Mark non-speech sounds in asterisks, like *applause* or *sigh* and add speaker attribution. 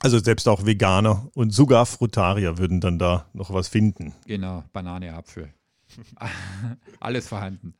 Speaker 1: Also selbst auch Veganer und sogar Frutarier würden dann da noch was finden.
Speaker 2: Genau, Banane, Apfel. *laughs* Alles vorhanden.